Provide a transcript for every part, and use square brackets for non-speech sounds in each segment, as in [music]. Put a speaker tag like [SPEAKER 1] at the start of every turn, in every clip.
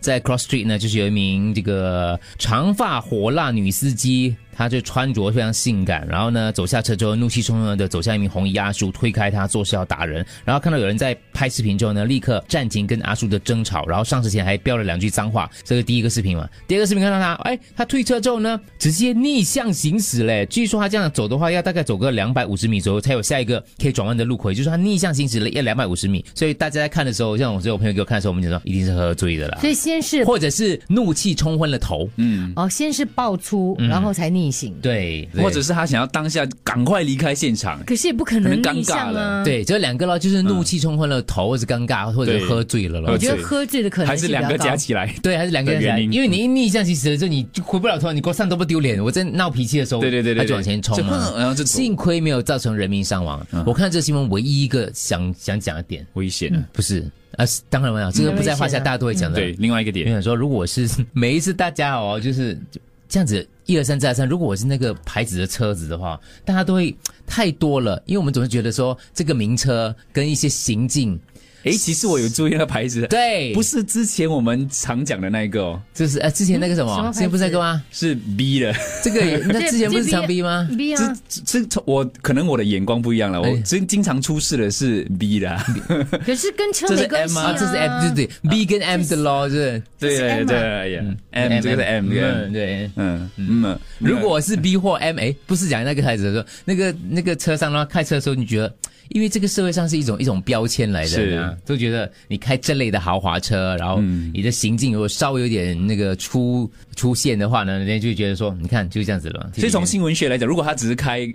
[SPEAKER 1] 在 Cross Street 呢，就是有一名这个长发火辣女司机，她就穿着非常性感，然后呢走下车之后怒气冲冲的走向一名红衣阿叔，推开他作势要打人，然后看到有人在拍视频之后呢，立刻暂停跟阿叔的争吵，然后上车前还飙了两句脏话，这个第一个视频嘛，第二个视频看到他，哎，他退车之后呢，直接逆向行驶嘞，据说他这样走的话要大概走个两百五十米左右才有下一个可以转弯的路口，也就是他逆向行驶了要两百五十米，所以大家在看的时候，像我这我朋友给我看的时候，我们就说一定是喝醉的啦。
[SPEAKER 2] 所以先
[SPEAKER 3] [laughs]
[SPEAKER 2] 是
[SPEAKER 1] 或者是怒气冲昏了头，
[SPEAKER 3] 嗯
[SPEAKER 2] 哦，先是爆出，然后才逆行。
[SPEAKER 1] 对，对
[SPEAKER 3] 或者是他想要当下赶快离开现场，
[SPEAKER 2] 可是也不可能
[SPEAKER 3] 可能尴尬
[SPEAKER 2] 逆向
[SPEAKER 3] 嗯
[SPEAKER 2] 啊。，
[SPEAKER 1] 对这两个咯，就是怒气冲昏了头，或者尴尬，或者是
[SPEAKER 3] 对
[SPEAKER 1] 喝醉了咯
[SPEAKER 2] 我。觉得喝醉的可能
[SPEAKER 3] 还
[SPEAKER 2] 性
[SPEAKER 3] 是
[SPEAKER 2] 比较
[SPEAKER 3] 两个
[SPEAKER 2] 高
[SPEAKER 3] 加起来？
[SPEAKER 1] 对，还是两个人
[SPEAKER 3] 的
[SPEAKER 1] 来，
[SPEAKER 3] 嗯原因
[SPEAKER 1] 因为你一逆向行驶的时候，你就回不了头，你给我上都不丢脸。我在闹脾气的时候，
[SPEAKER 3] 对对对对，
[SPEAKER 1] 他就往前冲
[SPEAKER 3] 就嗯
[SPEAKER 1] 嘛。
[SPEAKER 3] 哼然后就走嗯
[SPEAKER 1] 幸亏没有造成人命伤亡。我看这新闻唯一一个想想讲的点，
[SPEAKER 3] 危险啊。
[SPEAKER 1] 不是啊，是当然没有，这个不在话下，
[SPEAKER 2] 危险啊
[SPEAKER 1] 大家都会嗯讲的。
[SPEAKER 3] 对，另外一个
[SPEAKER 1] 我
[SPEAKER 3] 点，
[SPEAKER 1] 想说，如果是每一次大家哦，就是这样子一二三再二三，如果我是那个牌子的车子的话，大家都会太多了，因为我们总是觉得说这个名车跟一些行径，
[SPEAKER 3] 哎，其实我有注意那个牌子，
[SPEAKER 1] 对，
[SPEAKER 3] 不
[SPEAKER 1] 是，
[SPEAKER 3] 是之前我们常讲的那一个哦，
[SPEAKER 1] 就是呃之前那个什么，
[SPEAKER 2] 什么牌子
[SPEAKER 1] 之前不是那个吗？
[SPEAKER 3] 是 B 的。
[SPEAKER 1] 这个也那
[SPEAKER 2] 这
[SPEAKER 1] 之前不是
[SPEAKER 2] 这
[SPEAKER 1] 长 B 吗？
[SPEAKER 2] ？B 啊，
[SPEAKER 3] 这这这我可能我的眼光不一样了，我
[SPEAKER 1] 哎
[SPEAKER 3] 经经常出事的是 B 的啊，
[SPEAKER 2] 可是跟车
[SPEAKER 3] 这 [laughs] 是
[SPEAKER 2] 没关
[SPEAKER 3] M
[SPEAKER 2] 系
[SPEAKER 3] 啊
[SPEAKER 1] 啊，这是 M 对对，B 跟 M 的咯，是
[SPEAKER 2] 这
[SPEAKER 3] 对
[SPEAKER 2] 是
[SPEAKER 3] 对
[SPEAKER 2] M 啊
[SPEAKER 3] 对，哎呀，M 这个是 M 这个是 M
[SPEAKER 1] 嗯对。
[SPEAKER 3] 嗯嗯嗯，
[SPEAKER 1] 如果
[SPEAKER 3] [laughs]
[SPEAKER 1] 是 B 或 M，哎，不是讲那个孩子的时候，那个那个车上呢，开车的时候，你觉得，因为这个社会上是一种一种标签来的，
[SPEAKER 3] 是
[SPEAKER 1] 啊，都觉得你开这类的豪华车，然后
[SPEAKER 3] 嗯
[SPEAKER 1] 你的行径如果稍微有点那个出出现的话呢，人家就觉得说，你看就是这样子了。
[SPEAKER 3] 所以从新闻学来讲，如果他只是开，日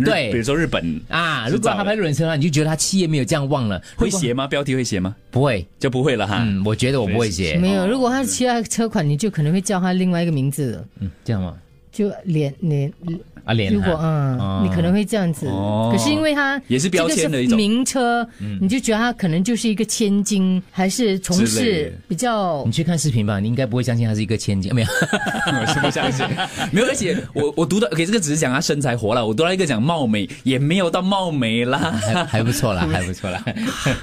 [SPEAKER 1] 嗯对
[SPEAKER 3] 比如说日本
[SPEAKER 1] 啊，
[SPEAKER 3] 是
[SPEAKER 1] 如果
[SPEAKER 3] 这样
[SPEAKER 1] 他
[SPEAKER 3] 的
[SPEAKER 1] 拍路人车的话，你就觉得他气焰没有这样旺了，
[SPEAKER 3] 会
[SPEAKER 1] 如果
[SPEAKER 3] 写啊吗？标题会写吗？
[SPEAKER 1] 不会？
[SPEAKER 3] 就不会了哈。
[SPEAKER 1] 嗯，我觉得我不会写，
[SPEAKER 2] 没
[SPEAKER 3] 哦
[SPEAKER 2] 有。如果他其他车款，你就可能会叫他另外一个名字了，
[SPEAKER 1] 嗯这样吗？
[SPEAKER 2] 就连连。
[SPEAKER 1] 啊，脸
[SPEAKER 2] 如果
[SPEAKER 1] 啊哦
[SPEAKER 2] 嗯，你可能会这样子。
[SPEAKER 3] 哦
[SPEAKER 2] 可是因为他
[SPEAKER 3] 也是标签的一种
[SPEAKER 2] 这个是
[SPEAKER 3] 嗯
[SPEAKER 2] 名车，你就觉得他可能就是一个千金，还是从
[SPEAKER 3] 之类
[SPEAKER 2] 事
[SPEAKER 3] 的
[SPEAKER 2] 比
[SPEAKER 3] [laughs]
[SPEAKER 2] 较
[SPEAKER 1] 你去看视频吧，你应该不会相信他是一个千金，没有。
[SPEAKER 3] 我是不相信，没有。而且我我读到给这个只是讲他身材火辣，我读到一个讲貌美，也没有到貌美啦，
[SPEAKER 1] 还还不
[SPEAKER 3] [laughs]
[SPEAKER 1] 错啦，还不错啦。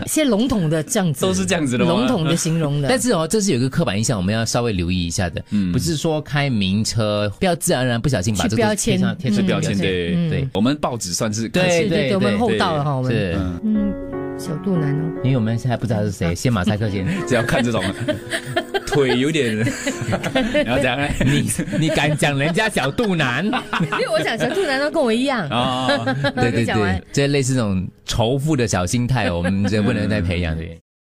[SPEAKER 2] 一些笼统的这样子，
[SPEAKER 3] 都是这样子的吗
[SPEAKER 2] 笼统的形
[SPEAKER 3] [laughs]
[SPEAKER 2] 容的。
[SPEAKER 1] 但是哦，这是有一个刻板印象，我们要稍微留意一下的。不是说开名车，不要自然而然不小心把这个
[SPEAKER 2] 去标签
[SPEAKER 1] 贴上贴
[SPEAKER 3] 是
[SPEAKER 1] 上
[SPEAKER 3] 标签
[SPEAKER 2] 嗯
[SPEAKER 3] 对
[SPEAKER 2] 嗯
[SPEAKER 3] 对。我们报纸算是
[SPEAKER 1] 对
[SPEAKER 2] 对对对，我们厚道了哈，我们
[SPEAKER 1] 是，
[SPEAKER 2] 嗯，小肚腩哦。 [laughs]
[SPEAKER 1] 因为我们现在不知道他是谁，先马赛克先。
[SPEAKER 3] 只要看这种 [laughs] 腿有点，然后怎样哎呢？你
[SPEAKER 1] 你敢讲人家小肚腩？
[SPEAKER 2] 因为我想小肚腩都跟我一样，
[SPEAKER 3] 啊。
[SPEAKER 1] 对对 [laughs]
[SPEAKER 2] 讲完
[SPEAKER 1] 对，这类似这种仇富的小心态，我们这不能再培养对。